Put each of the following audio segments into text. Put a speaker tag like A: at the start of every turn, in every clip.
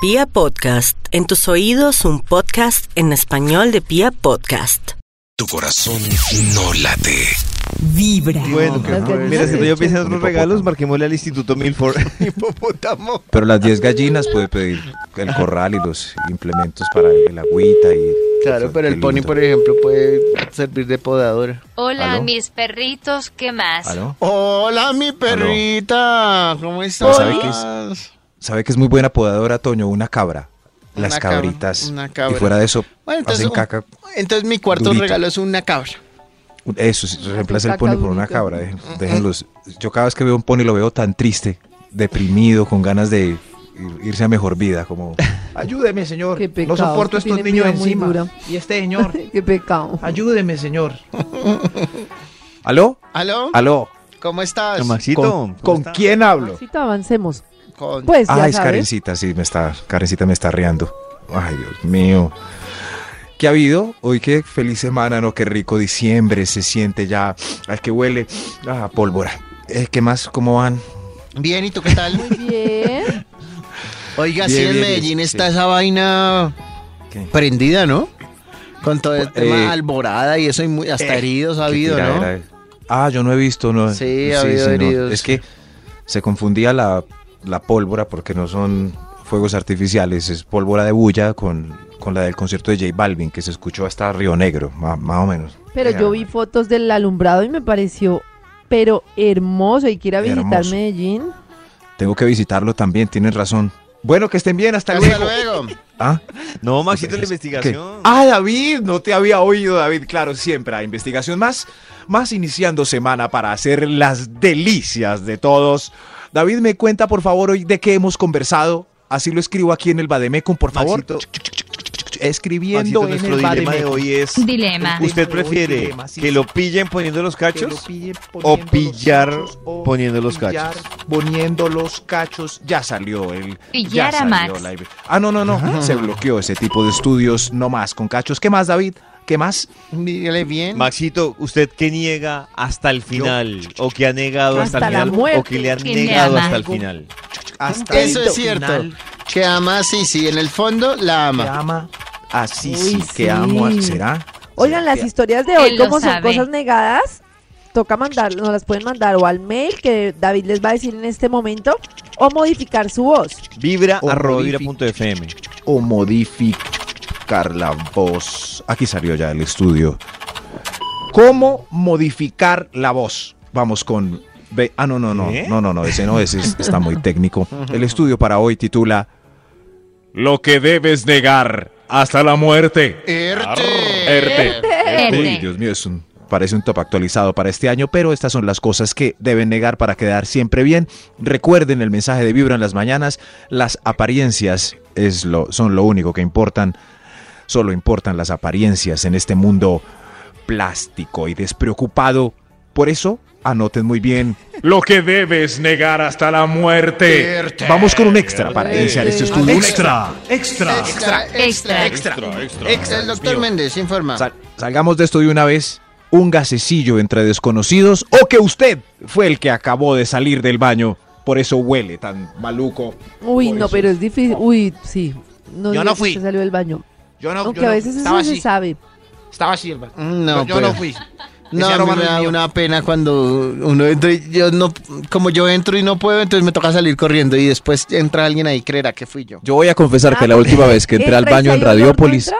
A: Pia Podcast, en tus oídos un podcast en español de Pia Podcast.
B: Tu corazón no late.
A: Vibra.
C: Bueno,
D: Pues
C: mira, si yo pienso en otros regalos, marquémosle al Instituto Milford. Hipopótamo.
D: Pero las 10 gallinas puede pedir el corral y los implementos para el agüita y...
C: Claro, pero el pony, por ejemplo, puede servir de podadora.
E: Hola,
D: ¿Aló?
E: mis perritos, ¿qué más?
D: ¿Aló?
C: Hola,
D: Ah,
C: mi perrita. Ah, ¿Cómo
D: No
C: estás?
D: sabe que es- Sabe que es muy buena podadora, Toño, una cabra. Las
C: Una cabra,
D: cabritas.
C: una cabra.
D: Y fuera de eso,
C: Bueno, entonces,
D: hacen caca.
C: entonces mi cuarto
D: Durita.
C: regalo es una cabra.
D: Eso, sí, reemplaza el pony por una cabra. dejen- Déjenlos. Yo cada vez que veo un pony lo veo tan triste, deprimido, con ganas de ir- irse a mejor vida, como...
F: Ayúdeme, señor.
G: Qué
F: no
G: pecado,
F: soporto a
G: usted
F: estos
G: tiene
F: niños
G: vida muy
F: encima.
G: dura.
F: Y este señor.
G: Qué pecado.
F: Ayúdeme, señor.
D: ¿Aló?
C: ¿Aló?
D: ¿Aló?
C: ¿Cómo estás?
D: ¿Con, con quién hablo?
G: Maxito, avancemos.
C: Con-
G: Pues ya
D: Ay,
G: sabes.
D: Ah, Karencita, sí, me está, Karencita me está riando. Ay, Dios mío. ¿Qué ha habido? Hoy qué feliz semana, ¿no? Qué rico diciembre, se siente ya. Ay, que huele a pólvora. Eh, ¿Qué más? ¿Cómo van?
C: Bien, ¿y tú qué tal?
G: Bien.
C: Oiga,
D: Bien,
C: sí, en
D: bien,
C: Medellín
D: bien,
C: está
D: sí.
C: esa vaina
D: ¿Qué?
C: prendida, ¿no? Con todo el
D: Eh,
C: tema de alborada y eso, y muy, hasta heridos ha
D: Qué
C: habido, ¿no?
D: tiradera. Ah, yo no he visto, ¿no?
C: Sí, ha habido
D: no.
C: heridos.
D: Es que se confundía la, la pólvora porque no son fuegos artificiales, es pólvora de bulla con, con la del concierto de J Balvin que se escuchó hasta Río Negro, ma- más, o menos.
G: Pero yo vi fotos del alumbrado y me pareció pero hermoso y quiera visitar
D: Hermoso.
G: Medellín.
D: Tengo que visitarlo también, tienes razón. Bueno, que estén bien, hasta,
C: Hasta
D: luego.
C: luego.
D: Ah,
C: No,
D: ¿qué? Ah, David, no te había oído, David. Claro, siempre hay investigación más, más iniciando semana para hacer las delicias de todos. David, me cuenta, por favor, hoy de qué hemos conversado. Así lo escribo aquí en el Bademecum, por favor.
H: Maxito,
D: Escribiendo en
H: Maxito,
D: el
H: nuestro dilema de
D: Bademecum.
H: hoy es,
E: Dilema.
H: ¿usted prefiere que lo pillen poniendo los cachos o pillar poniendo los
D: Pillar,
H: cachos?
D: poniendo los cachos, ya salió el.
E: Pillar
D: ya salió
E: a Max.
D: la idea. ah, no, no, no. Se bloqueó ese tipo de estudios, no más con cachos. ¿Qué más, David? ¿Qué más?
C: Mírale bien.
H: Maxito, ¿usted que niega hasta el final o que ha negado hasta,
G: Hasta
H: el
G: la
H: final
G: muerte.
H: o que le han
E: Que me
H: negado
E: ama.
H: hasta el final?
D: Hasta
C: Eso es cierto. Que ama, sí, sí, en el fondo la
D: Que
C: ama.
D: ama. Así
G: Uy,
D: sí,
G: sí.
D: que amo. a- ¿Será?
G: Oigan, las historias de hoy,
E: Él lo
G: como son
E: sabe.
G: cosas negadas, toca mandar, nos las pueden mandar o al mail que David les va a decir en este momento o modificar su voz.
H: Vibra
D: O
H: arroba
D: modifica.
H: vibra punto fm.
D: O modificar la voz. Aquí salió ya el estudio. ¿Cómo modificar la voz? Vamos con. ve- Ah, no, no, no.
H: ¿Eh?
D: No, no, no. Ese no, ese es- está muy técnico. El estudio para hoy titula
I: Lo que debes negar hasta la muerte.
C: Erte.
E: Erte.
D: Uy, Dios mío, es un, parece un top actualizado para este año, pero estas son las cosas que deben negar para quedar siempre bien. Recuerden el mensaje de Vibra en las mañanas, las apariencias es lo, son lo único que importan. Solo importan las apariencias en este mundo plástico y despreocupado. Por eso, anoten muy bien.
I: Lo que debes negar hasta la muerte.
D: Vamos con un extra para iniciar este estudio. Un extra.
C: Extra,
I: extra.
C: extra,
E: Extra.
C: extra. Extra, el doctor Méndez informa.
F: Ah.
D: Sal- salgamos de esto de una vez. Un gasecillo entre desconocidos o que usted fue el que acabó de salir del baño. Por eso huele tan maluco.
G: Uy,
D: Por
G: no,
D: eso.
G: pero es difícil. Uy, sí. No,
F: Yo
G: digas
F: no
G: que
F: fui.
G: se salió del baño.
F: Yo no,
G: Aunque
F: yo
G: a
F: no-
G: veces eso
F: estaba
G: se
F: así.
G: sabe.
F: Estaba así, el ba-
C: No,
F: yo no
C: pues.
F: fui.
C: No,
F: Ese
C: a mí
F: aroma
C: me
F: no es
C: da
F: mío.
C: una pena cuando uno entra y yo no, como yo entro y no puedo, entonces me toca salir corriendo y después entra alguien ahí, creerá que fui yo.
D: Yo voy a confesar que
G: Ah,
D: la
G: porque
D: última vez que entré al
G: entra y
D: baño en
G: sale olor, ¿no
D: Radiópolis,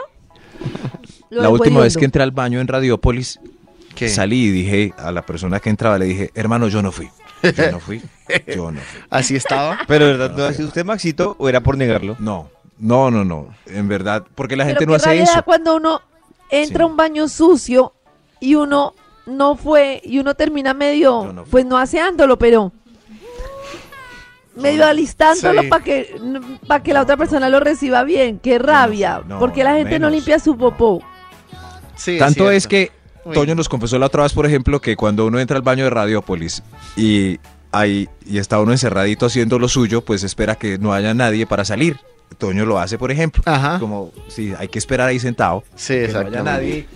G: entra? Lo
D: la
G: del
D: última vez
G: hediondo.
D: que entré al baño en Radiópolis, salí y dije a la persona que entraba, le dije, hermano, yo no fui. Yo no fui. Yo no fui.
C: Así estaba.
H: Pero de verdad, ¿no ha sido usted Maxito o era por negarlo?
D: No, no, no, no. En verdad, porque la gente
G: Pero
D: no
G: qué
D: hace
G: rabia da
D: eso.
G: cuando uno entra a
D: Sí.
G: un baño sucio y uno no fue y uno termina medio,
D: Yo no fui.
G: pues no aseándolo, pero medio alistándolo
F: Sí.
G: para que para que la otra persona lo reciba bien. Qué rabia,
D: no,
G: porque la gente no
D: menos.
G: limpia su popó.
C: Sí,
D: Tanto es,
C: cierto.
D: que
C: Uy.
D: Toño nos confesó la otra vez, por ejemplo, que cuando uno entra al baño de Radiópolis y, ahí, y está uno encerradito haciendo lo suyo, pues espera que no haya nadie para salir. Toño lo hace, por ejemplo.
C: Ajá.
D: Como, sí, hay que esperar ahí sentado.
C: Sí,
D: que no haya
C: exacto.
D: nadie.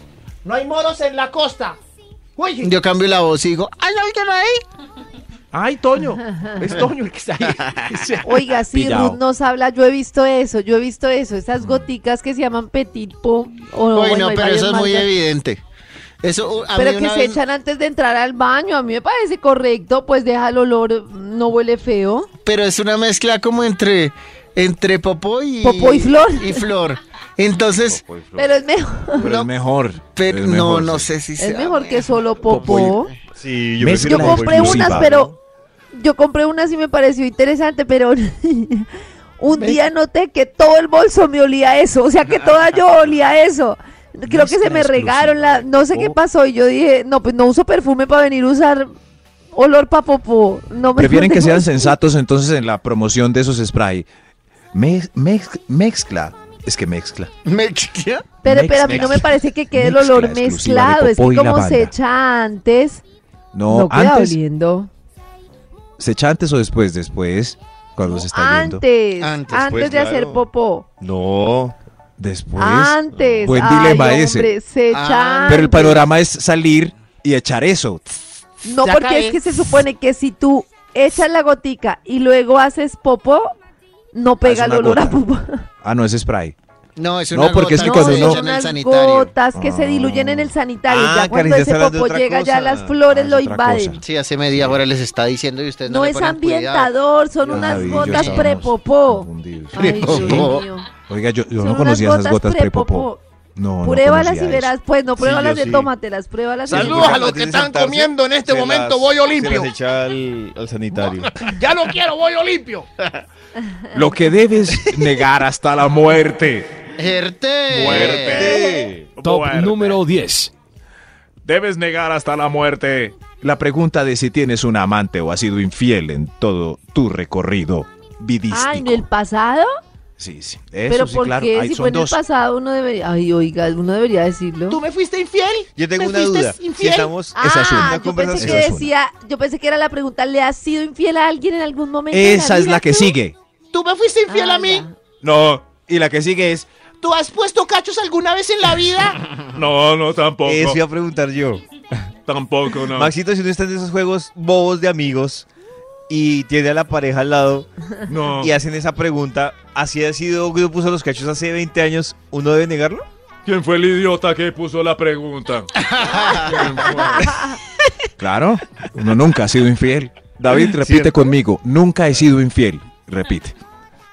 F: No hay moros en la costa. Uy,
C: Yo cambio la voz y digo, ¡ay, no, yo no hay!
F: Ay, Toño. Es Toño el que está ahí. Sí.
G: Oiga, sí,
D: Pillao. Mm.
G: Ruth nos habla, yo he visto eso, yo he visto eso, esas goticas que se llaman petit pom. O,
C: Uy,
G: bueno,
C: no,
G: hay
C: pero
G: varias
C: eso es muy
G: marcas,
C: evidente. Eso, uh, a mí
G: Pero que
C: una
G: se
C: vez-
G: echan antes de entrar al baño, a mí me parece correcto, pues deja el olor, no huele feo.
C: pero es una mezcla como entre, entre popó y...
G: Popó y flor.
C: Y flor. Entonces,
G: Pero es mejor,
D: Pero es mejor.
C: pero
D: es
C: no,
D: mejor,
C: no
D: sí.
C: sé si
G: es
C: sea
G: mejor que
C: bueno.
G: solo
D: Popó y-
G: popó.
H: Sí, yo
D: Mezcla
G: Yo
H: prefiero
D: la
H: como
G: compré
H: inclusiva,
D: exclusiva,
G: unas, pero yo compré unas y me pareció interesante, pero un día noté que todo el bolso me olía a eso, o sea que toda yo olía a eso. Creo que se me regaron, la,
D: ¿eh?
G: no sé qué
D: Oh.
G: pasó y yo dije, no, pues no uso perfume para venir a usar olor pa' popó. No me
D: Prefieren que
G: no
D: sean
G: tengo-
D: sensatos entonces en la promoción de esos spray. Mez- mez- mezcla. Es que mezcla.
C: ¿Mezcla?
G: Pero,
D: Mezcla.
G: pero a mí no me parece que quede el
D: Mezcla
G: olor
D: exclusiva de
G: mezclado, es
D: popó
G: que
D: y
G: como se
D: lavanda.
G: echa antes,
D: No,
G: no queda
D: antes.
G: oliendo.
D: ¿Se echa antes o después? Después. Cuando se está viendo.
G: Antes, antes,
C: Antes,
H: pues,
G: de hacer
H: claro.
G: popó.
H: No.
D: Después.
G: antes.
D: Buen
G: Ay,
D: dilema
G: hombre,
D: ese.
G: se echa
D: Pero el
G: antes.
D: panorama es salir y echar eso.
G: No,
F: Saca
G: porque es
F: de-
G: que se supone que si tú echas la gotica y luego haces popó, no pega el
D: una
G: olor a
D: gota.
G: popó.
D: Ah, no, es spray.
C: No, es
D: No,
C: una
D: porque es
C: gota
D: que
C: que
D: cuando
C: se
D: uno-
C: echa en el
G: unas
C: sanitario.
G: gotas que se
D: Ah.
G: diluyen en el sanitario.
H: Ah,
G: ya cuando
H: Karen, ya
G: ese
H: está hablando de
G: popó
H: otra
G: llega, ya
H: cosa.
G: las flores
D: Ah, es
G: lo
D: otra
G: invaden.
D: cosa.
C: Sí, hace media hora les está diciendo y ustedes no,
G: No
C: le
G: es
C: ponen
G: ambientador, son
C: Yo
G: unas
C: sabía, yo
G: gotas
C: estaba-
G: prepopó.
D: Confundidos.
G: Ay, Dios
C: Prepopó.
G: mío.
D: Oiga, yo, yo
G: Son
D: no
G: unas
D: conocía esas gotas prepopó.
G: prepopó.
D: No, no
G: Pruébalas
D: conocía
G: y verás,
D: eso.
G: pues no, pruébalas
H: yo
G: de
H: sí.
G: tómatelas, pruébalas de
F: Saludos a
G: tómatelas.
F: los que
H: Sentarse,
F: están comiendo en este
H: se
F: momento,
H: las-
F: voy
H: Se
F: Olimpio.
H: las echa al, al sanitario.
F: Ya no quiero, voy Olimpio.
I: Lo que debes negar hasta la muerte.
C: ¡Erte!
H: Muerte.
I: Top número 10. Debes negar hasta la muerte.
D: La pregunta de si tienes un amante o has sido infiel en todo tu recorrido vidístico.
G: Ah, en el pasado.
D: Sí, sí. Eso
G: Pero
D: sí,
G: porque
D: claro. Ahí
G: si
D: son
G: fue en el
D: dos.
G: pasado uno debería, ay, oiga, uno debería decirlo.
F: ¿Tú me fuiste infiel?
H: Yo tengo
F: ¿Me
H: una
F: fuiste
H: duda. Si
F: infiel?
H: estamos
G: Ah,
D: Esa es una
G: yo pensé
H: conversación.
G: que
D: Esa es una.
G: decía, yo pensé que era la pregunta, ¿le has sido infiel a alguien en algún momento? de
D: Esa es
G: vida
D: la que
G: tú?
D: sigue.
F: ¿Tú me fuiste infiel
G: Ah,
F: a mí?
G: ya.
D: No. Y la que sigue es.
F: ¿Tú has puesto cachos alguna vez en la vida?
I: No, no, tampoco.
H: Eso iba a preguntar yo.
I: Tampoco, no.
H: Maxito, si uno está en esos juegos bobos de amigos y tiene a la pareja al lado
I: no.
H: y hacen esa pregunta, así ha sido que puso los cachos hace 20 años, ¿uno debe negarlo?
I: ¿Quién fue el idiota que puso la pregunta? ¿Quién fue?
D: Claro. Uno nunca ha sido infiel. David, repite
H: Cierto.
D: conmigo. Nunca he sido infiel. Repite.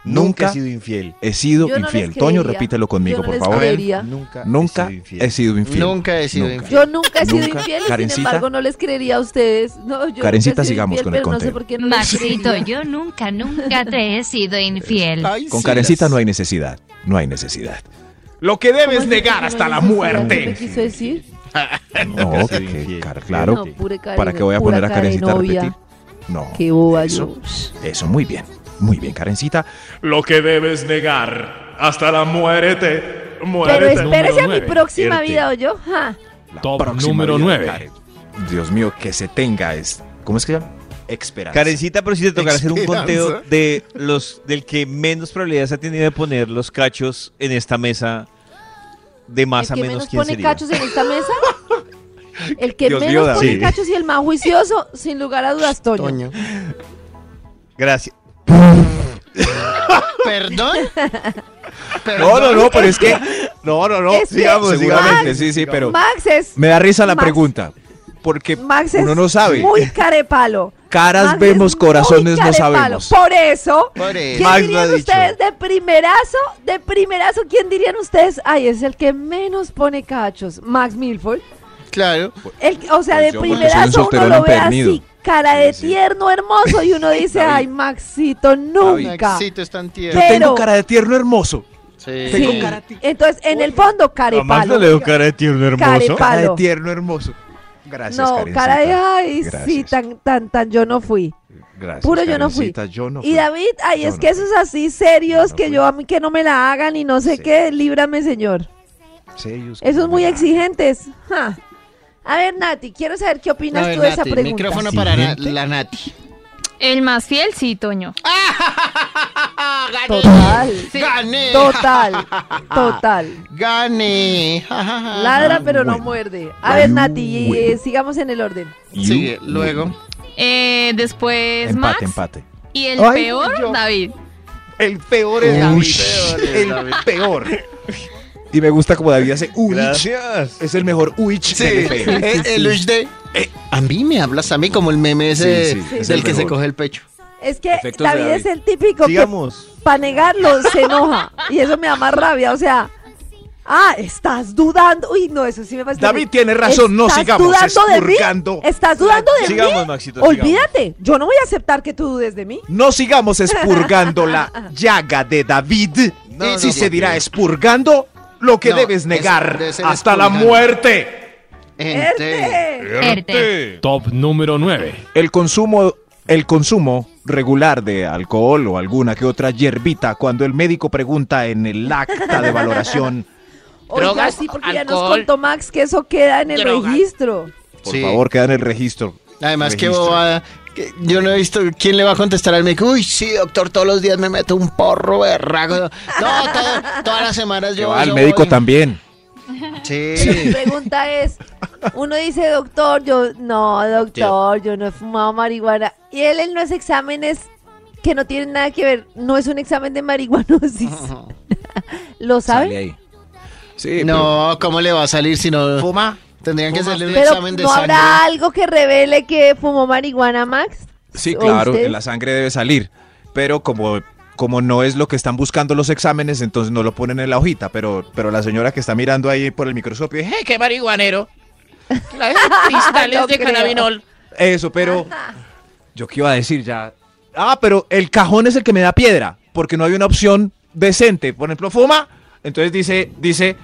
H: Nunca
D: Nunca
H: he sido infiel.
D: he sido
G: Yo no les
D: infiel. Toño,
G: creería.
D: repítelo conmigo,
G: Yo no
D: por
G: les
D: favor.
G: creería.
H: Nunca,
D: Nunca he sido infiel.
C: Nunca he sido
D: Nunca.
C: infiel.
G: Yo nunca he sido
D: Nunca.
G: infiel, sin
D: Karencita.
G: embargo no les creería a ustedes. No, yo
D: Karencita,
G: nunca he sido
D: sigamos
G: infiel,
D: con el
G: pero No sé
D: conteo.
G: por qué no les
E: Maxito,
G: creería.
E: yo nunca, nunca te he sido infiel.
D: Con Karencita no hay necesidad. No hay necesidad.
I: Lo que
G: ¿Cómo
I: debes
G: así que
I: negar
G: no
I: hasta la
G: les decía? ¿Qué me
I: muerte.
G: quiso decir?
D: No,
H: soy
D: que- que-
H: infiel.
D: car- claro.
G: No, pure Karen,
D: ¿Para qué voy a
G: pura
D: poner a Karencita a
G: Karenovia.
D: repetir? No.
G: Qué boba yo.
D: eso, eso, muy bien. Muy bien, Karencita.
I: Lo que debes negar hasta la muerte.
G: Pero
I: Muérete.
G: espérese a mi
I: Número nueve.
G: próxima
D: Irte.
G: vida, yo.
D: La
I: Top
D: próxima
I: número
D: vida de
I: nueve.
D: Karen. Dios mío, que se tenga es. ¿Cómo es que se llama? Esperanza.
H: Karencita, pero si te tocará hacer un
C: Esperanza.
H: conteo de los del que menos probabilidades ha tenido de poner los cachos en esta mesa de más
G: ¿El
H: a
G: que
H: menos
G: menos
H: quién
G: pone
H: sería.
G: cachos en esta mesa? El que
D: Dios mío,
G: menos
D: David.
G: pone
H: Sí.
G: cachos y el más juicioso, sin lugar a dudas, Toño.
C: Toño.
H: Gracias.
C: ¿Perdón?
D: No, no, no, pero es que. No, no, no.
G: Es que-
D: sigamos,
G: Max,
D: sigamos. Sí, sí, pero.
G: Max es
D: Me da risa la
G: Max.
D: pregunta. Porque
G: Max es
D: uno no sabe.
G: muy carepalo.
D: Caras
G: Max
D: vemos,
G: es
D: corazones
G: muy
D: no
G: carepalo.
D: sabemos.
G: Por eso,
C: Por
G: ¿quién
C: eso.
H: Max lo
G: dirían
H: ha dicho.
G: ustedes de primerazo? De primerazo, ¿quién dirían ustedes? Ay, es el que menos pone cachos, Max Milford.
C: Claro.
G: El, o sea,
D: Pues yo, porque
G: de
D: soy un
G: primerazo uno
D: solterón
G: lo ve
D: empedernido.
G: así, cara de
D: Sí, sí.
G: tierno hermoso, y uno dice,
D: David.
G: ay, Maxito, nunca.
C: Maxito es tan
D: Yo
C: tierno.
G: Pero-
D: tengo cara de tierno hermoso.
C: Sí.
G: Sí. Entonces, en el fondo,
H: A Max
G: carepalo.
H: no le dio cara de tierno hermoso.
G: Carepalo.
D: Cara de tierno hermoso. Gracias,
G: no,
D: Karencita.
G: cara de, ay, sí,
D: Gracias.
G: tan, tan, tan, yo no fui.
D: Gracias,
G: Puro yo no fui.
D: Karencita, yo no
G: Y
D: fui.
G: David, ay,
D: Yo
G: es
D: no
G: que
D: fui.
G: esos así serios
D: Yo no
G: que
D: fui.
G: yo a mí que no me la hagan y no sé
D: Sí.
G: qué, líbrame, señor.
D: Serios,
G: Esos muy
D: caramba.
G: exigentes. Ja. A ver, Nati, quiero saber qué
C: A
G: opinas
C: ver,
G: tú de esa
C: Nati,
G: pregunta.
C: micrófono para na- la Nati.
J: El más fiel, sí, Toño.
G: Total,
C: ¡Gané!
G: total, total.
C: ¡Gané!
G: Ladra pero no
D: Ah, bueno.
G: muerde. A ver, Nati,
D: Bueno.
G: eh, sigamos en el orden.
C: Sigue, luego.
J: Eh, después Max.
D: empate, empate.
J: Y el
C: Ay,
J: peor,
C: yo.
J: David.
H: El peor es David.
C: Ush.
H: El peor.
D: Y me gusta como David hace Uich.
H: Gracias.
D: Es el mejor Uich.
C: Sí, eh, el Ush de. eh, a mí me hablas a mí como el meme ese
D: Sí, sí,
C: del
D: es el
C: que se
D: mejor.
C: coge el pecho.
G: Es que
K: Efectos de
G: David
K: David.
G: es el típico
H: Sigamos.
G: que para negarlo se enoja. Y eso me da más rabia. O sea, ah, estás dudando. Uy, no, eso sí me parece.
D: David tiene
G: terrible.
D: razón, no
G: ¿Estás
D: sigamos
G: dudando de mí?
D: expurgando.
G: ¿Estás dudando de mí?
H: Sigamos, Maxito. sigamos.
G: Olvídate, yo no voy a aceptar que tú dudes de mí.
D: No sigamos expurgando la llaga de David.
C: No,
D: y
C: no,
D: si se
C: porque-
D: dirá expurgando, lo que
C: No,
D: debes
C: es-
D: negar
C: debe ser
D: hasta la
C: expurgando.
D: muerte.
C: Gente.
E: Erte.
K: Top número 9.
D: El consumo, el consumo regular de alcohol o alguna que otra hierbita cuando el médico pregunta en el acta de valoración,
G: Oiga,
F: Drogas,
G: sí, porque ya nos
F: alcohol.
G: contó Max que eso queda en el
F: Drogas.
G: registro.
D: por
C: Sí.
D: favor, queda en el registro.
C: Además, qué
D: Registro.
C: bobada. que Yo no he visto quién le va a contestar al médico. Uy, sí, doctor, todos los días me meto un porro berrago. No, todo- todas las semanas
D: Que
C: yo.
D: va al
C: yo
D: médico
C: voy.
D: también.
C: Sí.
G: pregunta es, uno dice, doctor, yo, no, doctor, yo no he fumado marihuana. Y él en los exámenes que no tienen nada que ver, no es un examen de marihuanosis. ¿Lo
K: Sale
G: sabe?
K: ahí.
D: Sí,
C: No, ¿cómo le va a salir si no
H: Fuma.
C: Tendrían que
H: Fuma.
C: hacerle un
G: Pero
C: examen de
G: ¿no
C: sangre.
G: habrá algo que revele que fumó marihuana, Max?
D: Sí,
G: ¿O
D: claro,
G: usted?
D: en la sangre debe salir, pero como como no es lo que están buscando los exámenes, entonces no lo ponen en la hojita, pero pero la señora que está mirando ahí por el microscopio, "Eh,
F: ¡Eh, qué marihuanero! Las cristales
G: Ah, No
F: de
G: creo.
F: cannabinol.
D: eso, pero yo qué iba a decir ya. Ah, pero el cajón es el que me da piedra, porque no hay una opción decente. Por ejemplo, fuma, entonces dice dice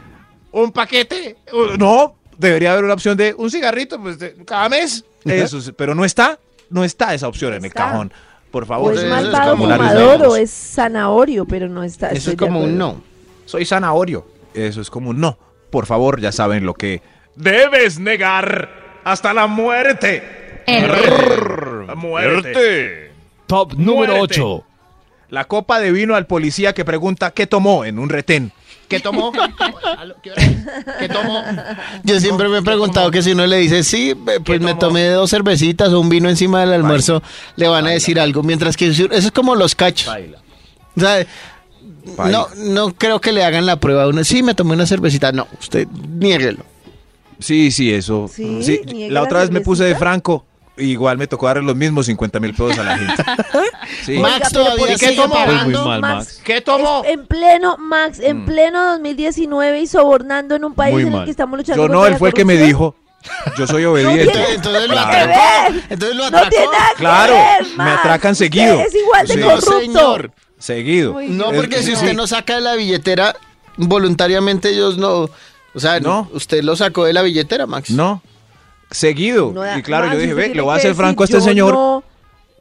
D: un paquete, Uh, no, debería haber una opción de un cigarrito pues de- cada mes. Eso, sí, pero no está, no está esa opción en el
G: Está.
D: cajón. Por
G: O
D: favor, eh,
G: es
C: eso es
G: malvado
C: vocabulario
D: formularios
G: fumador
D: nuevos.
G: o es zanahorio, pero no está.
C: Eso
G: estoy
C: es
G: de
C: como un
G: acuerdo.
C: no.
D: Soy zanahorio. Eso es como un no. Por favor, ya saben lo que.
I: Debes negar hasta la muerte.
E: Erte.
I: La muerte.
K: Top número
I: Muérete.
K: 8.
D: La copa de vino al policía que pregunta qué tomó en un retén.
F: ¿Qué tomó? ¿Qué qué tomó?
C: Yo siempre me he preguntado que si uno le dice, sí, eh, pues me tomé dos cervecitas o un vino encima del almuerzo, le van a decir algo. Mientras que eso es como los cachos.
K: Baila.
C: O sea,
D: Baila.
C: no, no creo que le hagan la prueba a uno. Sí, me tomé una cervecita. No, usted niéguelo.
D: Sí, sí, eso.
G: Sí, niegue
D: La
G: la
D: otra vez me puse de
G: cervecita.
D: franco. Igual me tocó darle los mismos 50 mil pesos a la gente. Sí.
G: Oiga,
C: Max
G: pero ¿por
C: todavía
G: qué
C: sigue
G: tomó?
H: Muy
C: pagando.
H: mal,
G: Max.
H: Max.
F: ¿Qué tomó?
G: En pleno, Max, en
D: Mm.
G: pleno 2019 y sobornando en un país
H: Muy
G: en el
H: mal.
G: que estamos luchando
D: Yo no,
G: contra
D: él
G: la
D: fue el que me dijo.
G: corrupción.
D: Yo soy
C: Entonces,
D: obediente.
C: entonces lo
D: Claro.
C: atracó.
G: ¡Ve!
C: Entonces lo
G: No
C: atracó.
G: tiene nada que
D: Claro,
G: ver,
D: me
G: Max.
D: atracan
G: Usted
D: seguido.
G: Es igual de
D: Sí.
C: No,
G: corrupto.
C: señor.
D: Seguido.
G: Muy
C: No,
D: Es
C: porque
D: que
C: si
D: sí.
C: usted no saca de la billetera, voluntariamente ellos no. O sea,
D: No.
C: usted lo sacó de la billetera, Max.
D: No. Seguido.
G: No da-
D: y claro,
G: Max,
D: yo dije,
G: usted
D: ve,
G: tiene
D: le voy a
G: que
D: hacer
G: decir,
D: franco a este
G: yo
D: señor.
G: no-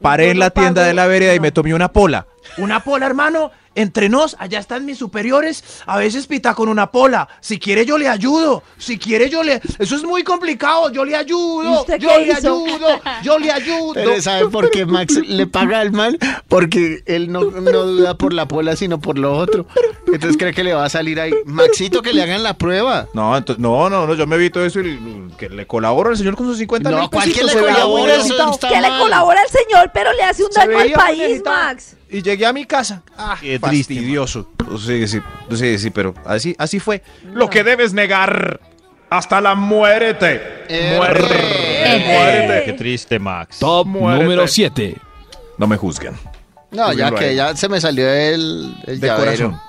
D: Paré
G: yo
D: en
G: no
D: la tienda
G: pago-
D: de la vereda y
G: no.
D: me tomé una pola.
F: Una pola, hermano. Entre nos, allá están mis superiores. A veces pita con una pola. Si quiere, yo le ayudo. Si quiere, yo le. Eso es muy complicado. Yo le
G: ¿Y
F: ayudo.
G: usted
F: Yo
G: qué
F: le
G: hizo?
F: ayudo. Yo le ayudo.
C: Pero ¿sabe por qué Max le paga al man? Porque él no, no duda por la pola, sino por lo otro. Entonces cree que le va a salir ahí. Maxito, que le hagan la prueba.
D: No, ento- no, no, no, yo me evito eso y l- que le colaboro al señor con sus 50
C: No,
D: mil
C: ¿cuál que
D: pesitos,
C: le
D: se veía
C: colabora?
D: bonito.
C: Eso está
G: que le
C: mal.
G: colabora al señor, pero le hace un
D: Se
G: daño al
D: veía
G: país,
D: bonito.
G: Max.
D: Y llegué a mi casa. Ah,
H: Qué triste,
D: fastidioso. Sí, sí, sí, sí, pero así, así fue.
I: Lo que debes negar hasta la muerte.
C: Eh,
I: Muerte. Muerte.
H: Qué triste, Max.
K: Top
I: Muérete.
K: número 7.
D: No me juzguen.
C: No, ya
D: Dímelo
C: que
D: ahí.
C: ya se me salió el, el
D: De
C: llavero.
D: corazón.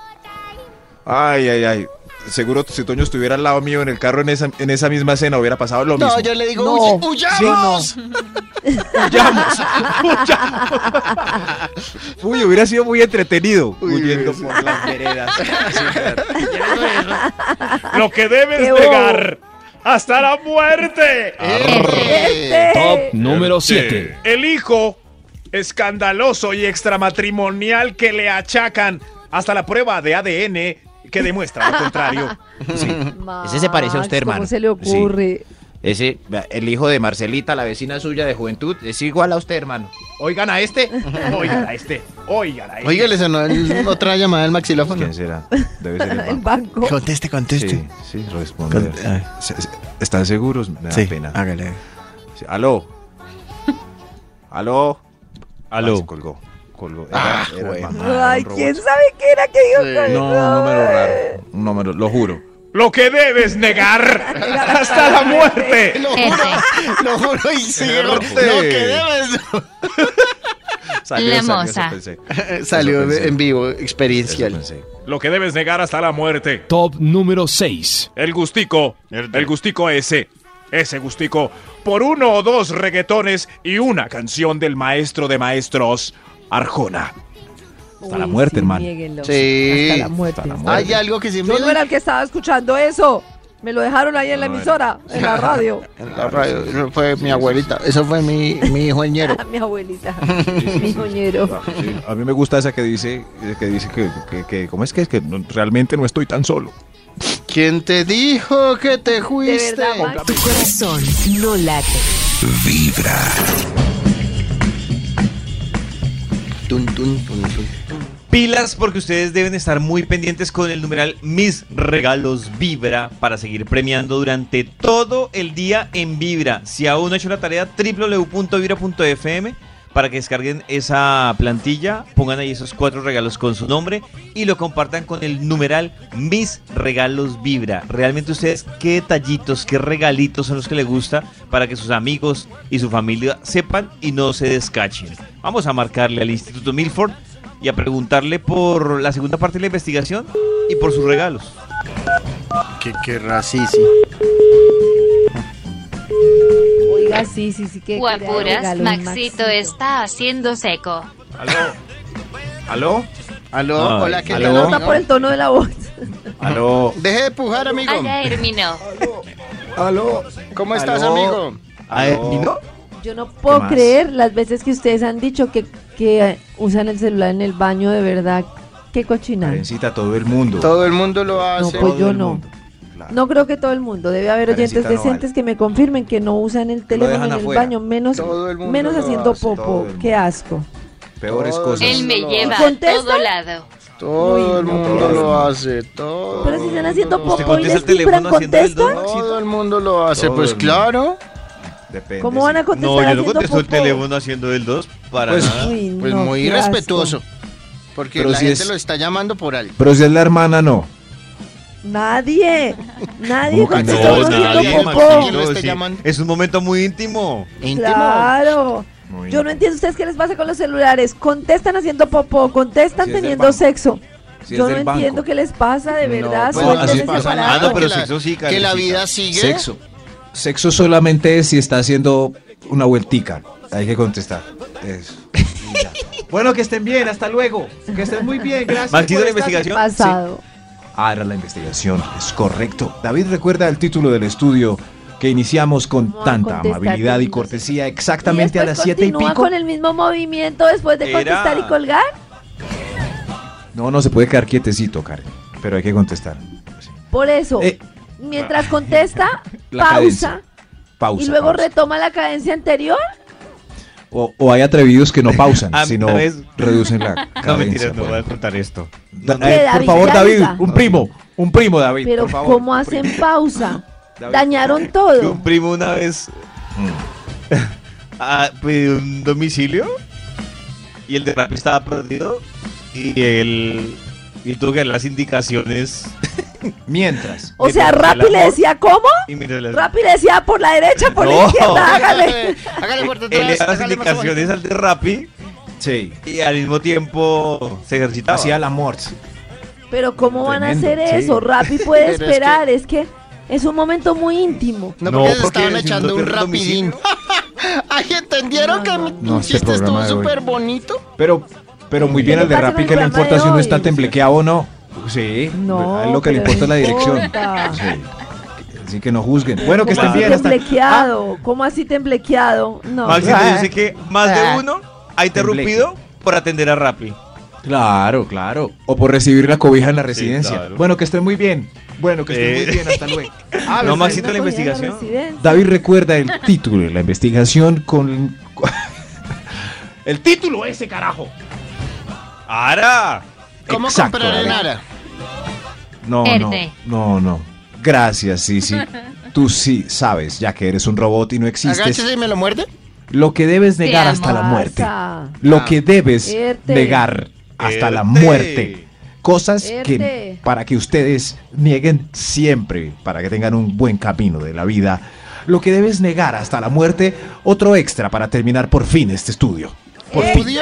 D: Ay, ay, ay. Seguro si Toño estuviera al lado mío en el carro en esa, en esa misma escena hubiera pasado lo mismo.
C: No, yo le digo,
G: No.
C: "Huy- ¡huyamos!
D: Huyamos, huyamos. Uy, hubiera sido muy entretenido
C: Uy,
D: huyendo
C: sí.
D: por las veredas. Sí, claro.
I: Lo que debes
G: Qué bobo.
I: negar hasta la muerte.
E: Ah.
C: Eh,
K: Top número
I: Sí.
K: 7.
I: El hijo escandaloso y extramatrimonial que le achacan hasta la prueba de ADN que demuestra lo contrario.
H: Ese se parece a
G: Max,
H: usted,
G: ¿Cómo
H: hermano.
G: se le ocurre?
H: Ese, el hijo de Marcelita, la vecina suya de juventud, es igual a usted, hermano.
I: Oigan a este, oigan a este, oigan a este.
C: Oiga, le sonó el- otra llamada del maxilófono.
D: ¿Quién será? Debe ser el
G: El
D: banco.
G: banco.
C: Conteste, conteste.
D: Sí, sí, responde.
C: Con- ay.
D: Se- se- ¿Están seguros? Me da pena.
C: hágale.
D: Sí, Aló. Aló.
H: Aló.
D: Ah, se colgó. colgó. Era-
C: Ah,
D: era
C: güey.
D: mamá,
G: Ay,
D: un
G: ¿quién
D: robot.
G: sabe qué era que dijo? que-
D: No, un número raro. Un número, lo juro.
I: Lo que debes negar hasta la muerte.
C: Lo juro, lo juro y sí, lo
D: Errorte.
C: que debes.
E: La
D: eso
E: moza.
D: pensé.
C: Salió
D: Eso pensé.
C: en vivo,
D: Eso
C: experiencial.
D: pensé.
I: Lo que debes negar hasta la muerte.
K: Top número 6.
I: El gustico. El gustico ese. Ese gustico. Por uno o dos reggaetones y una canción del maestro de maestros, Arjona.
D: Hasta la muerte, hermano.
G: niéguenlo.
C: Sí.
G: Hasta la muerte.
D: Hasta la muerte.
C: Hay algo que siempre...
G: Yo no era el que estaba escuchando eso. Me lo dejaron ahí en la
D: No,
G: emisora, en la radio.
C: En la radio, eso fue mi abuelita, eso fue mi, mi hijo ñero.
G: Ah, mi abuelita. mi joñero.
D: Sí, A mí me gusta esa que dice que dice que, que, que- ¿cómo es que es que no- realmente no estoy tan solo?
C: ¿Quién te dijo que te fuiste?
G: verdad, Max?
A: Tu corazón no late.
B: vibra.
C: Tun, tun, tun, tun.
H: Pilas porque ustedes deben estar muy pendientes con el numeral Mis Regalos Vibra para seguir premiando durante todo el día en Vibra. Si aún no ha hecho la tarea, www.vibra.fm para que descarguen esa plantilla, pongan ahí esos cuatro regalos con su nombre y lo compartan con el numeral Mis Regalos Vibra. Realmente ustedes qué detallitos, qué regalitos son los que les gusta para que sus amigos y su familia sepan y no se descachen. Vamos a marcarle al Instituto Milford y a preguntarle por la segunda parte de la investigación y por sus regalos.
C: Que querrá, sí, sí.
G: Oiga, sí, sí, sí. Que
E: Guapuras,
G: regalo,
E: Maxito está haciendo seco.
I: ¿Aló? ¿Aló?
C: Aló,
H: Ay,
C: hola, ¿qué
G: Se
C: tal,
H: aló.
G: nota
C: amigo?
G: por el tono de la voz.
H: Aló.
C: Deje de pujar, amigo.
E: Allá terminó.
C: Aló. ¿Cómo estás,
H: Aló.
C: amigo?
H: no?
G: Yo no puedo
D: más?
G: creer las veces que ustedes han dicho que, que usan el celular en el baño, de verdad. Qué cochinada.
D: Karencita, todo el mundo.
C: Todo el mundo lo
G: No,
C: hace.
G: pues yo
D: el
G: no.
D: mundo. Claro.
G: No creo que todo el mundo. Debe haber oyentes
D: Karencita, no
G: decentes que me confirmen que no usan el teléfono
D: dejan
G: en el
D: afuera.
G: baño, menos,
C: Todo el mundo
G: menos
C: lo
G: haciendo
C: hace,
D: todo
G: popo.
D: el
G: Qué
D: mundo.
G: asco.
D: Peores
C: Todo
D: cosas.
E: Él me
C: ¿Y
E: lleva a
G: contesta?
E: todo lado.
C: Todo el mundo
D: todo el
C: lo
D: mundo.
C: hace. Todo
G: Pero si están haciendo
C: mundo lo
G: popo y
H: contesta
G: les
H: el teléfono
G: vibran,
H: haciendo el
G: ¿contestan?
H: don?
C: hace. Todo el mundo lo hace.
D: Todo
C: Pues
D: el mundo.
C: claro.
D: Depende,
G: ¿Cómo
D: sí.
G: van a contestar
H: No, yo no
G: Pues haciendo
H: contesto el
G: popo?
H: teléfono haciendo el 2 para
D: Pues,
H: nada.
G: Uy,
C: Pues
G: no,
C: muy
G: qué asco.
C: irrespetuoso. Porque
D: Pero
C: la
D: si
C: gente
D: es-
C: lo está llamando por algo.
D: Pero si es la hermana, no.
G: Nadie. Nadie
D: ¿Cómo que
G: contesta
D: no?
G: uno haciendo
C: Nadie,
G: popó.
C: Maxito.
H: Maxito,
C: Lo esté
H: sí.
C: llamando.
H: Es un momento muy íntimo.
C: Íntimo.
G: Claro.
D: Muy
G: Yo no entiendo ustedes qué les pasa con los celulares. Contestan haciendo popó, contestan
D: Si es del
G: teniendo
D: banco.
G: sexo.
D: Si es
G: yo no
D: del banco.
G: entiendo qué les pasa, de
C: No,
G: verdad.
C: pues,
G: son
H: no,
G: seres
H: así pasa
G: separados.
H: nada. Ah, no, pero
C: que
H: sexo sí,
C: Que la
H: Karencita.
C: vida sigue.
D: Sexo. Sexo solamente es si está haciendo una vueltica. Hay que contestar. Eso. Y ya.
F: Bueno, que estén bien, hasta luego. Que estén muy bien, gracias. por
H: Maxito, la
F: estar-
H: investigación.
G: Pasado.
D: Ah, era la investigación. Es correcto. David recuerda el título del estudio que iniciamos con
G: No,
D: tanta
G: contestar,
D: amabilidad y
G: contestar.
D: cortesía
G: Y
D: exactamente a
G: después
D: las 7 y
G: continúa
D: pico.
G: con el mismo movimiento después de
H: Era-
G: contestar y colgar?
D: No, no se puede quedar quietecito, Karen. Pero hay que contestar. Sí.
G: Por eso,
D: Eh.
G: mientras contesta,
D: La
G: pausa.
D: cadencia. Pausa.
G: y luego
D: pausa.
G: retoma la cadencia anterior.
D: O, o hay atrevidos que no pausan,
H: A mí
D: sino
H: una vez-
D: reducen la
H: Ah, No,
D: cadencia.
H: mentiras, no
D: pues.
H: voy a contar esto.
D: Da-
G: Hombre,
D: eh, por
G: David,
D: favor,
G: ya
D: David,
G: está.
D: un primo, un primo, David.
G: Pero
D: por favor,
G: ¿cómo
D: un
G: hacen
D: primo.
G: pausa?
D: David.
G: Dañaron
H: Que
G: todo.
H: un primo una vez
C: Mm.
H: ah, pidió un domicilio y el derrape estaba perdido y él, y él tuvo que dar las indicaciones.
D: Mientras.
G: O sea,
H: del
G: Rappi le
H: amor.
G: decía, ¿cómo?
H: Y mientras las-
G: Rappi le decía, por la derecha, por la
H: No.
G: izquierda, hágale.
C: eh, Hágale por
H: él le
C: detrás.
H: daba las
C: hágale más abajo.
H: indicaciones al de Rappi
D: Sí.
H: y al mismo tiempo se ejercitaba.
D: Hacía la amor.
G: Pero ¿cómo van a hacer
D: Tremendo, sí.
G: eso? Rappi puede
C: Pero es que-
G: esperar, es que... es un momento muy íntimo.
C: No, porque se
H: porque
C: estaban
H: si
C: echando
H: no
C: un
H: te
C: rapidín. Ay, ¿entendieron
G: No,
C: que
G: no.
C: mi
D: No, este
C: chiste
D: programa
C: estuvo
D: de hoy.
C: súper bonito?
D: Pero, pero muy bien
G: ¿Qué
D: al de
G: pasa con
D: Rappi,
G: el
D: que no
G: programa
D: importa
G: de
D: si uno
G: hoy?
D: está temblequeado o no. Sí.
G: No,
D: a él lo que le
G: pero
D: importa es la
G: no
D: dirección.
G: importa.
D: Sí. Así que no juzguen. Bueno, que estén
G: ¿Cómo así
D: bien. hasta-
G: temblequeado? ¿Cómo así temblequeado? No.
H: Maxito
G: Ah.
H: dice que más de uno ha interrumpido
D: Tembleque.
H: por atender a Rappi.
D: Ah, claro, claro. O por recibir la cobija en la residencia.
H: claro.
D: Bueno, que estén muy bien. Bueno, que estén
H: Eh.
D: muy bien. Hasta luego.
H: Ah, no, Maxito, la
G: Una cogida en
H: investigación.
G: residencia.
D: David recuerda el título de la investigación con.
F: El título ese, carajo.
H: ¡Ara!
C: ¿Cómo
D: Exacto,
C: comprar en
D: David.
C: Ara?
D: No, no,
E: Verde.
D: no, no. Gracias, sí, sí. Tú sí sabes, ya que eres un robot y no existes.
C: Agáchese y me lo muerde.
D: Lo que debes
G: Te
D: negar
G: amo.
D: hasta la muerte.
G: Pasa. Este,
D: Lo
H: Ah.
D: que debes
G: Erte.
D: negar hasta la
H: Erte.
D: muerte. Cosas que
G: Erte.
D: para que ustedes nieguen siempre, para que tengan un buen camino de la vida. Lo que debes negar hasta la muerte, otro extra para terminar por fin este estudio. Por fin.
C: Estudio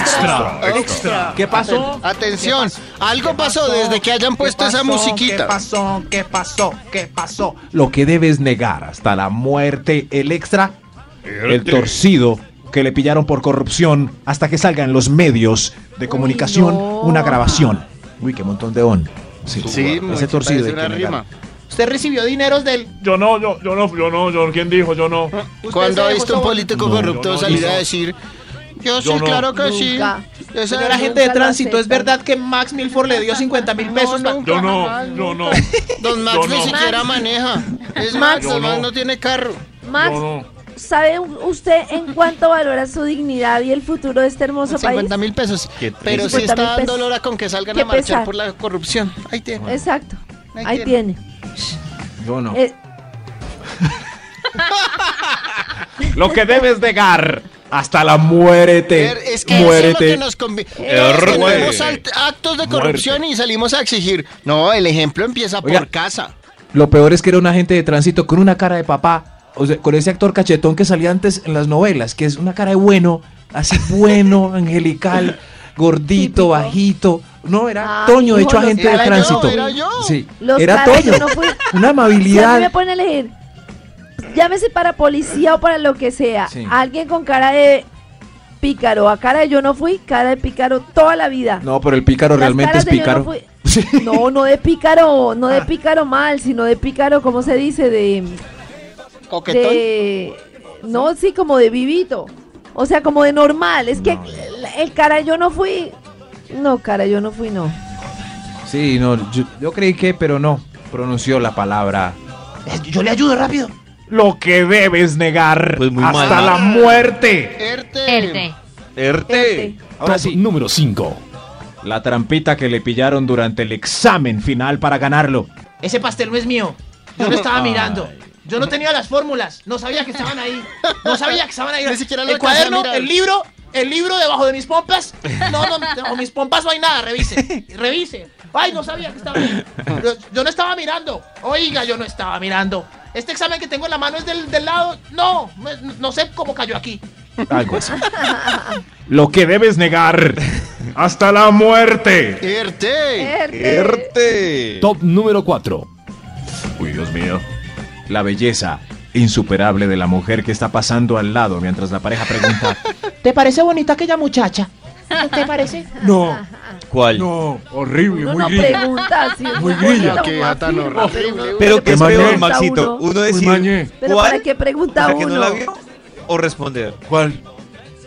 C: extra,
D: Extra,
C: extra.
F: ¿Qué pasó?
C: Atención, algo pasó, desde que hayan puesto esa musiquita.
F: ¿Qué pasó? ¿Qué pasó? ¿Qué pasó?
D: Lo que debes negar hasta la muerte, el extra, el torcido que le pillaron por corrupción hasta que salgan los medios de comunicación
G: no.
D: una grabación. Uy, qué montón de on. Sí, ese torcido hay que negarlo.
C: Usted recibió dineros del.
I: Yo no, yo, yo no, yo no, yo, ¿quién dijo? Yo no.
C: Cuando ha visto un político
I: No,
C: corrupto
I: yo no
C: salir
I: hice.
C: a decir. Yo,
I: Yo
C: sí,
I: no.
C: claro que
G: Nunca.
C: sí. Esa
F: Señora
C: gente.
F: gente de
G: Nunca lo
F: tránsito, ¿es
G: aceptan.
F: verdad que Max Milford le dio 50 mil pesos? No,
I: Yo no, yo no.
C: Don Max
I: Yo
C: ni
I: no.
C: siquiera
G: Max.
C: maneja. Es
G: Yo
C: Max, Don
I: no.
C: Max no tiene carro.
G: Max,
I: Yo
G: ¿sabe usted en cuánto valora su dignidad y el futuro de este hermoso país?
C: 50 mil pesos.
H: Qué
C: Pero
G: triste.
C: sí
G: 50.000
C: está dando
G: pesos.
C: hora con que salgan
G: Qué
C: a marchar
G: pesar.
C: por la corrupción. Ahí tiene.
G: Exacto.
C: Ahí
G: Ahí,
C: tiene.
G: tiene.
D: Yo no.
G: Eh,
I: Lo que debes negar.
D: Hasta la muérete.
C: Ver, Es que eso es lo
D: muérete.
C: que nos conviene.
H: Error, güey.
C: actos de corrupción y salimos a exigir. No, el ejemplo empieza
D: Oiga.
C: por casa.
D: Lo peor es que era un agente de tránsito con una cara de papá, o sea, con ese actor cachetón que salía antes en las novelas, que es una cara de bueno, así bueno, angelical, gordito,
G: Típico.
D: bajito. No, era
G: Ah,
D: Toño,
G: hijo,
D: hecho
G: los
D: agente de
C: caras. Era yo,
D: tránsito.
C: era yo.
D: Sí,
G: los
D: era
G: carros,
D: Toño.
G: yo no fui-
D: Una
G: Si a mí me
D: amabilidad.
G: ponen a elegir, llámese para policía o para lo que sea,
D: Sí.
G: alguien con cara de pícaro, a cara de yo no fui, cara de pícaro toda la vida.
D: No, pero el pícaro
G: Las
D: realmente
G: caras
D: es
G: de yo
D: pícaro. Ah.
G: No, fui- no, no de pícaro, no de pícaro mal, sino de pícaro, ¿cómo se dice? De,
C: Coquetón.
G: de no, sí, como de vivito. O sea, como de normal. Es que
D: No.
G: el, el cara yo no fui. No, cara yo no fui, no.
D: Sí, no, yo, yo creí que, pero no, pronunció la palabra.
F: Eh, Yo le ayudo rápido.
I: Lo que debes negar
H: Pues muy
I: hasta
H: mal.
I: la muerte.
C: Erte.
E: Erte.
H: Erte.
D: Ahora
K: Top
D: sí.
K: número 5.
D: La trampita que le pillaron durante el examen final para ganarlo.
F: Ese pastel no es mío. Yo lo estaba mirando. Yo no tenía las fórmulas. No sabía que estaban ahí. No sabía que estaban ahí.
C: Ni siquiera lo
F: el
C: alcancé a
F: cuaderno,
C: mirar.
F: el libro, el libro debajo de mis pompas. No, no, debajo de mis pompas no hay nada. Revise. Revise. Ay, no sabía que estaba ahí. Yo, yo no estaba mirando. Oiga, yo no estaba mirando. Este examen que tengo en la mano es del, del lado. No, me- no sé cómo cayó aquí.
D: Algo así.
I: Lo que debes negar hasta la muerte.
G: Eh.
C: Erte.
H: Erte.
K: Top número 4.
D: Uy, Dios mío. La belleza insuperable de la mujer que está pasando al lado mientras la pareja pregunta.
F: ¿Te parece bonita aquella muchacha? ¿Te parece?
D: no,
H: ¿Cuál?
D: no.
I: Horrible,
G: Uno no pregunta si es
D: Muy
G: bonito
D: grilla.
G: o
C: Qué
G: no
C: gata tan
G: afirma,
C: horrible.
G: pero
H: Pero
G: uno
H: que
D: qué
H: es
G: se
D: mañé.
H: peor,
G: pregunta
H: Maxito.
G: uno.
H: Uno
D: mañé.
H: decir
G: Pero
H: cuál
G: para qué pregunta
H: ¿Para
G: uno.
H: que no la vio? o responder.
D: ¿Cuál?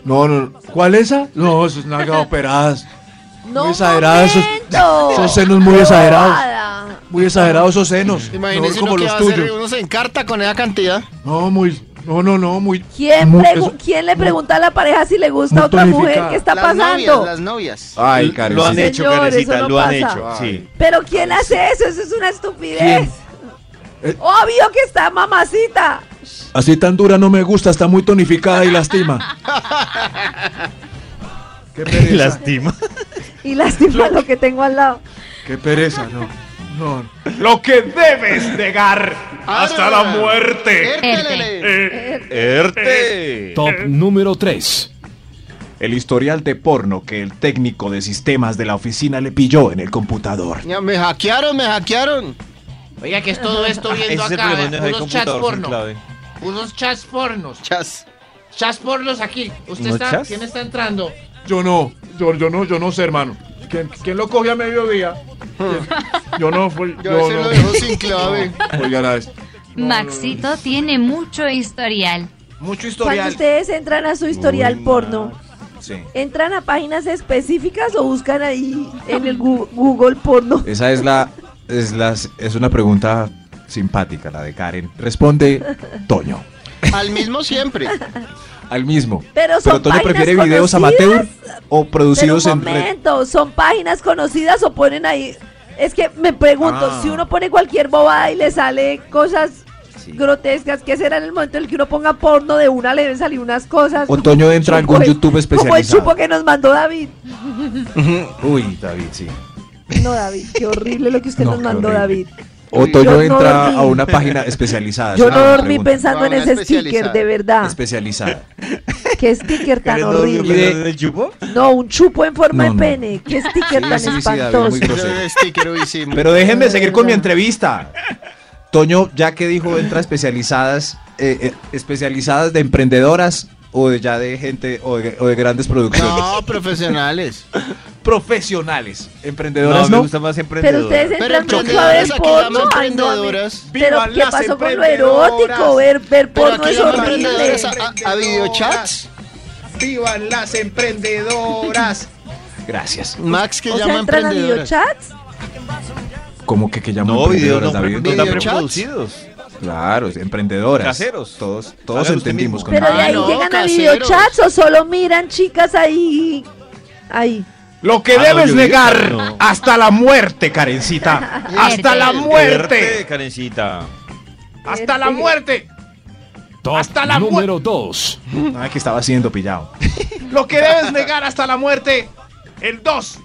D: No, no. ¿Cuál esa? No, sus nalgas operadas.
G: No,
D: Muy exagerado, esos-
G: momento.
D: esos senos muy exagerados.
G: Bobada.
D: Muy exagerados esos senos.
C: Imagínese uno que va a hacer, uno se encarta con esa cantidad.
D: No, muy. No, no, no, muy.
G: ¿Quién,
D: muy-
G: pregu-
D: eso-
G: ¿Quién le pregunta a la pareja si le gusta a
D: muy
G: otra mujer?
D: tonificada.
G: ¿Qué está
C: las
G: pasando?
C: novias, las novias.
D: Ay,
H: lo han
D: Karen.
H: hecho,
G: Señor,
H: Karencita,
G: eso no
H: lo han
G: pasa.
H: hecho. Sí.
G: Pero ¿quién hace eso? Eso es una estupidez.
D: ¿Quién? Eh.
G: Obvio que está mamacita.
D: Así tan dura no me gusta, está muy tonificada y lastima. Qué pereza.
H: Lástima.
G: Y lástima lo que tengo al lado.
D: Qué pereza, no. No.
I: Lo que debes negar hasta la muerte.
C: Erte.
H: Erte.
K: Top número 3.
D: El historial de porno que el técnico de sistemas de la oficina le pilló en el computador.
C: Ya, Me hackearon, me hackearon.
F: Oiga, que es todo esto
H: Ese
F: viendo
H: es el
F: acá?
H: problema de
F: Unos chats
H: computador sin
F: porno.
H: clave.
F: Unos chats pornos.
C: Chas.
F: Chas pornos aquí. ¿Usted
H: ¿No
F: está?
H: chas?
F: ¿Quién está entrando?
I: Yo no, yo, yo no, yo no sé, hermano. ¿Quién, quién lo cogió a mediodía? Yo no fui.
C: Hmm. Yo a veces lo dejo sin clave.
E: Maxito tiene mucho historial.
H: Mucho
G: Cuando
H: historial.
G: ustedes entran a su historial porno, ¿entran a páginas específicas o buscan ahí en el Gu- Google porno?
D: Esa es la, es las, es una pregunta simpática la de Karen. Responde Toño,
C: Al mismo siempre.
D: al mismo.
G: Pero son
D: Toño
G: páginas
D: prefiere videos amateur
G: conocidas.
D: o
G: Pero
D: producidos
G: un
D: en red.
G: momento, ¿son páginas conocidas o ponen ahí? Es que me pregunto,
D: Ah.
G: si uno pone cualquier bobada y le sale cosas grotescas que será en el momento en el que uno ponga porno de una le deben salir unas cosas.
D: Otoño entra
G: Como
D: algún
G: el-
D: YouTube
G: Como el
D: especializado.
G: chupo que nos mandó David.
D: Uy, David, sí.
G: No, David, qué horrible lo que usted
D: No,
G: nos
D: qué
G: mandó, David.
D: horrible. Otoño
G: Yo no
D: entra
G: dormí.
D: a una página especializada.
G: Yo
D: es una
G: no dormí
D: pregunta.
G: pensando en
C: Una
G: ese
C: especializada.
G: sticker, de verdad.
D: Especializada.
G: Qué sticker tan
H: ¿Eres novio
G: horrible.
H: pensando en el chupo?
G: No, un chupo en forma
D: No,
G: de
D: no.
G: pene. Qué sticker
D: Sí,
G: tan
D: sí, sí, David,
G: espantoso.
D: muy grosero.
C: Ese sticker hoy sí.
D: Pero déjenme seguir con mi entrevista. Toño, ya que dijo entra especializadas, eh, eh, especializadas de emprendedoras o de ya de gente o de, o de grandes producciones.
C: No, profesionales.
D: Profesionales.
H: No,
D: Emprendedoras
H: me
D: no.
H: gusta más
G: Pero
H: emprendedor.
G: ustedes
C: Pero
G: entran mucho a
C: emprendedoras,
G: ver
C: aquí llaman
G: porno. Ay, no, a mí-
C: emprendedoras.
G: Pero
I: ¡Vivan
G: ¿qué
I: las
G: pasó con lo
I: emprendedoras!
G: erótico? Ver, ver
C: Pero
G: porno
C: aquí
G: es
C: llaman
G: horrible.
C: emprendedoras a, a- a videochats.
F: ¡Vivan las emprendedoras!
D: Gracias.
C: Max que
G: O sea,
C: llama
G: entran a
C: emprendedoras.
G: videochats.
D: ¿Cómo que, que llaman
H: No, videos no,
D: emprendedoras, David?
H: no tan
C: Videochats.
H: preproducidos.
D: Claro, emprendedoras.
H: Caseros.
D: Todos, todos
H: Hágalo usted
D: entendimos
H: mismo.
D: con
G: Pero de
C: Ah,
G: ahí
C: no,
G: llegan a
C: caseros.
G: videochats o solo miran chicas ahí. Ahí.
I: Lo que
H: Ah, no,
I: debes
H: yo vi-
I: negar
H: no.
I: hasta la muerte, Karencita. hasta la
H: Verte,
I: muerte.
H: Karencita.
G: Este
I: Hasta la muerte.
K: Top
I: Hasta la
K: número 2.
D: Ay, Ah, que estaba siendo pillado.
I: Lo que debes negar hasta la muerte. El 2.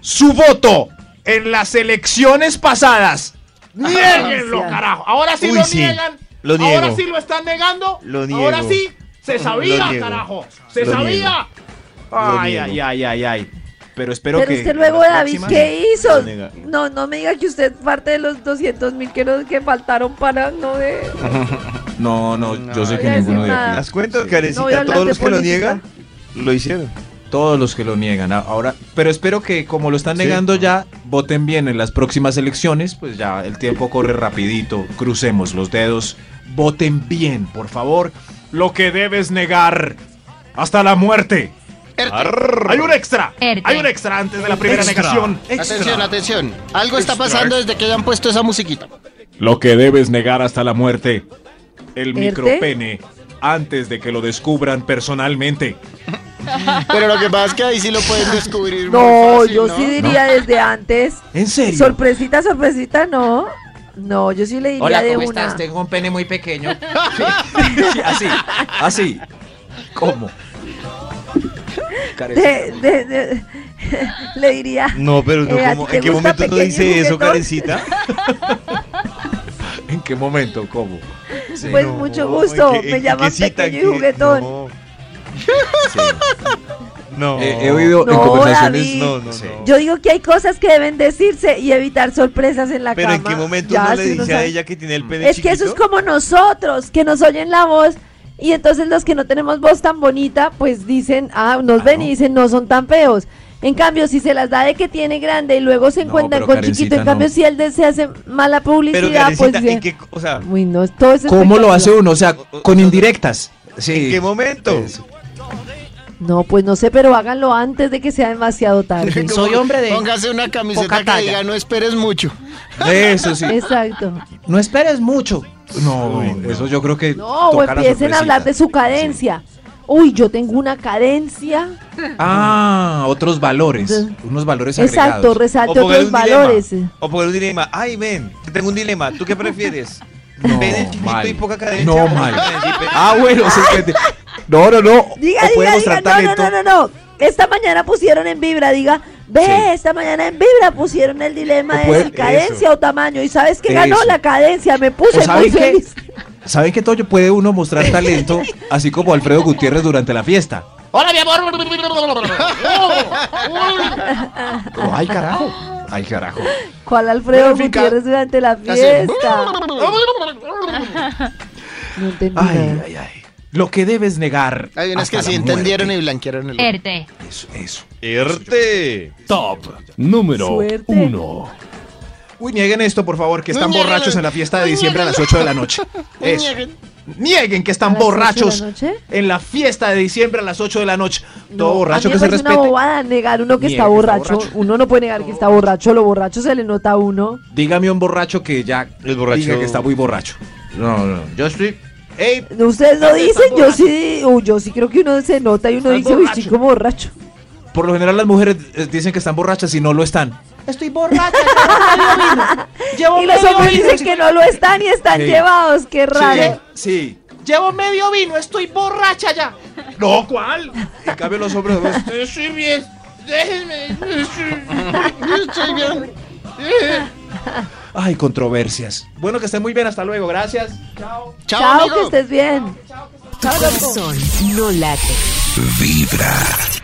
I: Su voto en las elecciones pasadas. Niéguenlo,
G: Ansia.
I: carajo. Ahora sí
H: Uy,
I: lo
H: sí.
I: niegan.
H: Lo
I: Ahora
H: niego.
I: sí lo están negando.
H: Lo
I: Ahora
H: niego.
I: sí se sabía,
H: niego.
I: carajo. Se
H: Lo
I: sabía.
H: Lo
I: Ay,
H: niego.
I: ay, ay, ay, ay.
D: Pero espero
G: Pero
D: que.
G: usted luego,
D: la
G: David,
D: próxima-
G: ¿qué hizo?
H: Lo nega.
G: No, no me diga que usted parte de los 200 mil que, no- que faltaron para no eh. de...
D: No, no, yo sé
G: voy
D: que
G: a decir
D: ninguno de
G: nada.
D: aquí.
H: ¿Las cuentas,
D: Sí.
G: No voy a
H: Karencita?
G: hablar
H: Todos
G: de
H: los que lo
G: política.
H: niegan, lo hicieron.
D: Todos los que lo niegan a- ahora. Pero espero que como lo están
H: Sí.
D: negando ya, voten bien en las próximas elecciones. Pues ya el tiempo corre rapidito. Crucemos los dedos. Voten bien, por favor.
I: Lo que debes negar hasta la muerte. Hay un extra.
E: Erte.
I: Hay un extra antes de la primera
D: Extra.
I: negación.
C: Atención, atención. Algo está pasando desde que hayan puesto esa musiquita.
I: Lo que debes negar hasta la muerte. El
G: ¿Erte?
I: micropene. Antes de que lo descubran personalmente.
C: Pero lo que pasa es que ahí sí lo pueden descubrir. muy
G: No,
C: fácil,
G: yo
C: ¿no?
G: sí diría desde antes.
D: ¿En serio?
G: Sorpresita, sorpresita, no. No, yo sí le diría de una.
F: Tengo un pene muy pequeño.
D: Sí, así, así. ¿Cómo? Karencita,
G: De- de- de- le diría.
H: No, pero no,
G: eh, ¿a
H: ¿cómo-
G: ti te
H: ¿en qué
G: gusta
H: momento no
G: pequeño y
H: dice eso,
G: juguetón?
H: Karencita?
D: ¿En qué momento? ¿Cómo? Sí,
G: Pues
D: no,
G: mucho
H: No,
G: gusto,
H: ¿en qué- en
G: me
H: qué
G: llaman
H: cita, en
G: pequeño y
H: qué-
G: juguetón.
H: no,
D: sí.
H: No.
D: Eh, he oído en
G: No,
D: conversaciones.
G: David.
H: No, no,
D: Sí.
H: no.
G: Yo digo que hay cosas que deben decirse y evitar sorpresas en la
H: Pero
G: cama.
H: en qué momento
G: Ya,
H: uno le
G: si uno
H: dice a
G: sabe-
H: ella que tiene el pene
G: Es que eso es
H: chiquito?
G: como nosotros, que nos oyen la voz. Y entonces los que no tenemos voz tan bonita, pues dicen, ah, nos ven y dicen, no son tan feos. En cambio, si se las da de que tiene grande y luego se
D: No,
G: encuentran
D: pero
G: con chiquito,
D: Karencita,
G: en cambio,
D: no.
G: si él de- se hace mala
H: Pero
G: publicidad, pues
H: Karencita,
G: dicen,
H: ¿en qué, o sea,
G: uy, no, todo es
D: ¿Cómo lo hace
G: expectativa".
D: uno? O sea, con indirectas. Sí.
H: ¿en qué momento?
D: Sí.
G: No, pues no sé, pero háganlo antes de que sea demasiado tarde.
C: Como,
F: Soy hombre de
C: Póngase una camiseta
F: poca
C: que
F: talla.
C: diga no esperes mucho.
D: Eso sí.
G: Exacto.
D: No esperes mucho. No,
H: Uy, no.
D: eso yo creo que.
G: No, o
D: toca la
G: empiecen a hablar de su
D: sorpresita.
G: cadencia. Uy, yo tengo una cadencia.
D: Sí. Ah, otros valores.
G: Entonces-
D: Unos valores
G: Exacto,
D: agregados.
G: resalte
H: poner
G: otros
H: un dilema,
G: valores.
H: O poner un dilema. Ay, ven, te tengo un dilema. ¿Tú qué prefieres?
D: No,
H: Pene chiquito
D: mal.
H: y poca cadencia.
D: No,
H: o
D: mal.
H: pene chiquito y-
D: Ah, bueno, se entiende. No, no, no.
G: Diga,
D: O puede
G: diga,
D: mostrar
G: diga, no,
D: talento.
G: no, no, no, no. Esta mañana pusieron en vibra, diga, ve,
D: Sí.
G: esta mañana en vibra pusieron el dilema
D: O puede-
G: de si cadencia o tamaño. ¿Y sabes qué ganó
D: Eso.
G: la cadencia? Me puse
D: ¿O
G: muy
D: saben qué?
G: feliz.
D: ¿Saben qué, Toyo? Puede uno mostrar talento, así como Alfredo Gutiérrez durante la fiesta.
F: ¡Hola, mi amor!
D: ay, carajo. Ay, carajo.
G: ¿Cuál Alfredo
D: Benfica.
G: Gutiérrez durante la fiesta? No entendí
D: Ay,
G: nada.
D: ay, ay. Lo que debes negar.
C: Hay unas
D: hasta
C: que
D: la
C: sí entendieron y
D: muerte.
C: blanquearon el.
E: Erte.
D: Eso, eso.
H: ¡Erte!
K: Top número
G: Suerte.
K: 1.
D: Uy, nieguen esto, por favor, que están
C: Niéguen.
D: borrachos en la fiesta de diciembre a las 8 de la noche. Eso.
C: Nieguen.
D: Nieguen que
G: ¿A
D: están
G: las ocho de la
D: borrachos
G: noche?
D: en la fiesta de diciembre a las 8 de la noche. Todo
G: No,
D: borracho
G: a mí me
D: que se
G: parece
D: respete.
G: una bobada negar uno
D: Niega
G: que está
D: que está
G: borracho.
D: borracho.
G: Uno no puede negar que está borracho. Lo borracho se le nota a uno.
D: Dígame un borracho que ya
H: El borracho-
D: diga que está muy borracho. No, no. Yo estoy. ¡Ey!
G: Ustedes no dicen, yo sí, uy, yo sí creo que uno se nota y uno dice, uy, estoy como borracho.
D: Por lo general las mujeres eh, dicen que están borrachas y no lo están.
F: estoy borracha, llevo medio vino. Llevo
G: Y los
F: medio
G: hombres
F: vino.
G: dicen que no lo están y están
D: Sí.
G: llevados, qué raro.
D: Sí.
F: Llevo medio vino, estoy borracha ya.
D: No, ¿cuál? En cambio los hombres... pues,
F: Estoy bien. Déjenme. Estoy estoy bien. Eh,
D: Ay, controversias. Bueno, que estén muy bien. Hasta luego. Gracias.
F: Chao.
G: Chao, que estés bien.
A: Tu corazón no late.
B: Vibra.